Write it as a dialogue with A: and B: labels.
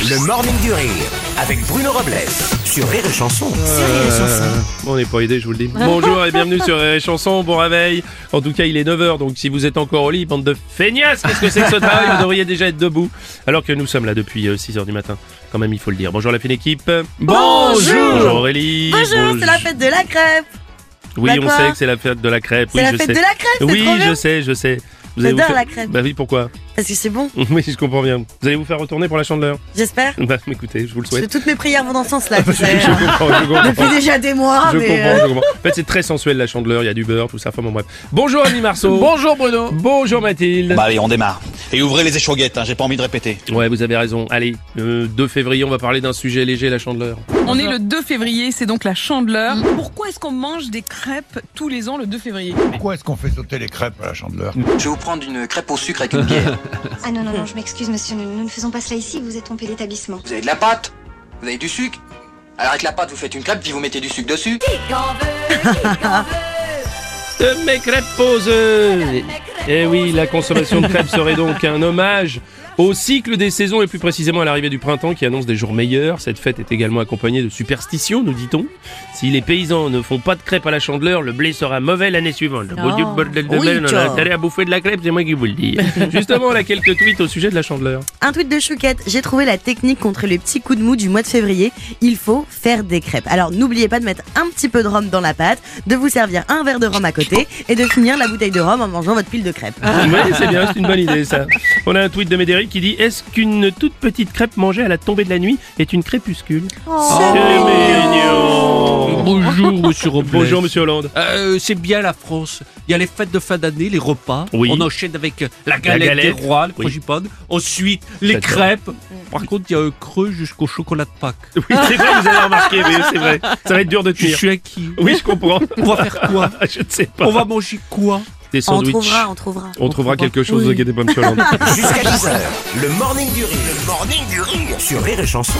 A: Le Morning du Rire avec Bruno Robles sur Rire et Chanson.
B: Euh, on n'est pas aidé, je vous le dis. Bonjour et bienvenue sur Rire et Chanson, bon réveil. En tout cas, il est 9h, donc si vous êtes encore au lit, bande de feignasses, qu'est-ce que c'est que ce travail Vous devriez déjà être debout. Alors que nous sommes là depuis 6h du matin, quand même, il faut le dire. Bonjour la fine équipe. Bonjour Aurélie.
C: Bonjour, c'est la fête de la crêpe.
B: Oui,
C: Bah
B: on
C: quoi
B: sait que c'est la fête de la crêpe.
C: C'est
B: oui,
C: la
B: je
C: fête
B: sais.
C: de la crêpe, c'est
B: Oui,
C: trop
B: je
C: bien.
B: sais, je sais. Vous
C: J'adore
B: allez vous
C: la
B: faire-
C: crêpe.
B: Bah oui, pourquoi
C: Parce que c'est bon,
B: Oui, je comprends bien. Vous allez vous faire retourner pour la chandeleur
C: j'espère.
B: Bah écoutez, je vous le
C: Parce que
B: souhaite.
C: toutes mes prières vont dans ce sens-là. vous savez.
B: Je comprends, je comprends.
C: Depuis déjà des mois,
B: je
C: mais.
B: comprends,
C: euh,
B: je comprends. En fait, c'est très sensuel la chandeleur, il y a du beurre, tout ça. Enfin bon, bref. Bonjour Ami Marceau. Bonjour Bruno. Bonjour Mathilde.
D: Bah allez, on démarre. Et ouvrez les échauguettes, hein, j'ai pas envie de répéter.
B: Ouais, vous avez raison. Allez, le 2 février, on va parler d'un sujet léger, la chandeleur.
E: On est le 2 février, c'est donc la chandeleur. Pourquoi est-ce qu'on mange des crêpes tous les ans le 2 février
F: Pourquoi est-ce qu'on fait sauter les crêpes à la chandeleur
A: Je vais vous prendre une crêpe au sucre avec une bière.
G: Ah non, non, non, je m'excuse, monsieur, nous, nous ne faisons pas cela ici, vous êtes trompé d'établissement.
A: Vous avez de la pâte, vous avez du sucre. Alors avec la pâte, vous faites une crêpe, puis vous mettez du sucre dessus.
B: De mes crêpes poseuses. Eh oui, la consommation de crêpes serait donc un hommage au cycle des saisons et plus précisément à l'arrivée du printemps qui annonce des jours meilleurs. Cette fête est également accompagnée de superstitions, nous dit-on. Si les paysans ne font pas de crêpes à la chandeleur, le blé sera mauvais l'année suivante. Bon Dieu, bordel de
C: Oui,
B: blé, on a
C: tiens.
B: intérêt à bouffer de la crêpe, c'est moi qui vous le dis. Justement, là, quelques tweets au sujet de la chandeleur.
C: Un tweet de Chouquette. J'ai trouvé la technique contre les petits coups de mou du mois de février. Il faut faire des crêpes. Alors n'oubliez pas de mettre un petit peu de rhum dans la pâte, de vous servir un verre de rhum à côté et de finir la bouteille de rhum en mangeant votre pile de crêpes.
B: Oui, c'est bien, c'est une bonne idée ça. On a un tweet de Médéric qui dit Est-ce qu'une toute petite crêpe mangée à la tombée de la nuit est une crépuscule
C: Oh.
B: C'est mignon
H: Bonjour, monsieur Robles.
B: Oh, Bonjour Monsieur Hollande.
H: Euh, c'est bien la France. Il y a les fêtes de fin d'année, les repas.
B: Oui.
H: On enchaîne avec euh, la galette,
B: galette.
H: des rois, le
B: Oui.
H: frangipane. Ensuite, les
B: J'adore.
H: crêpes. Par contre, il y a un creux jusqu'au chocolat de Pâques.
B: Oui, c'est vrai, vous avez remarqué, oui, c'est vrai. Ça va être dur de
H: Je
B: tenir.
H: suis inquiet.
B: Oui, je comprends.
H: On va faire quoi
B: Je ne sais pas.
H: On va manger quoi
B: des
C: On
B: sandwichs.
C: trouvera, on trouvera.
B: On trouvera quelque chose, ne vous inquiétez pas, Monsieur Hollande.
A: Jusqu'à 10h, le Morning du Rire. Le Morning du Rire sur Rire et Chanson.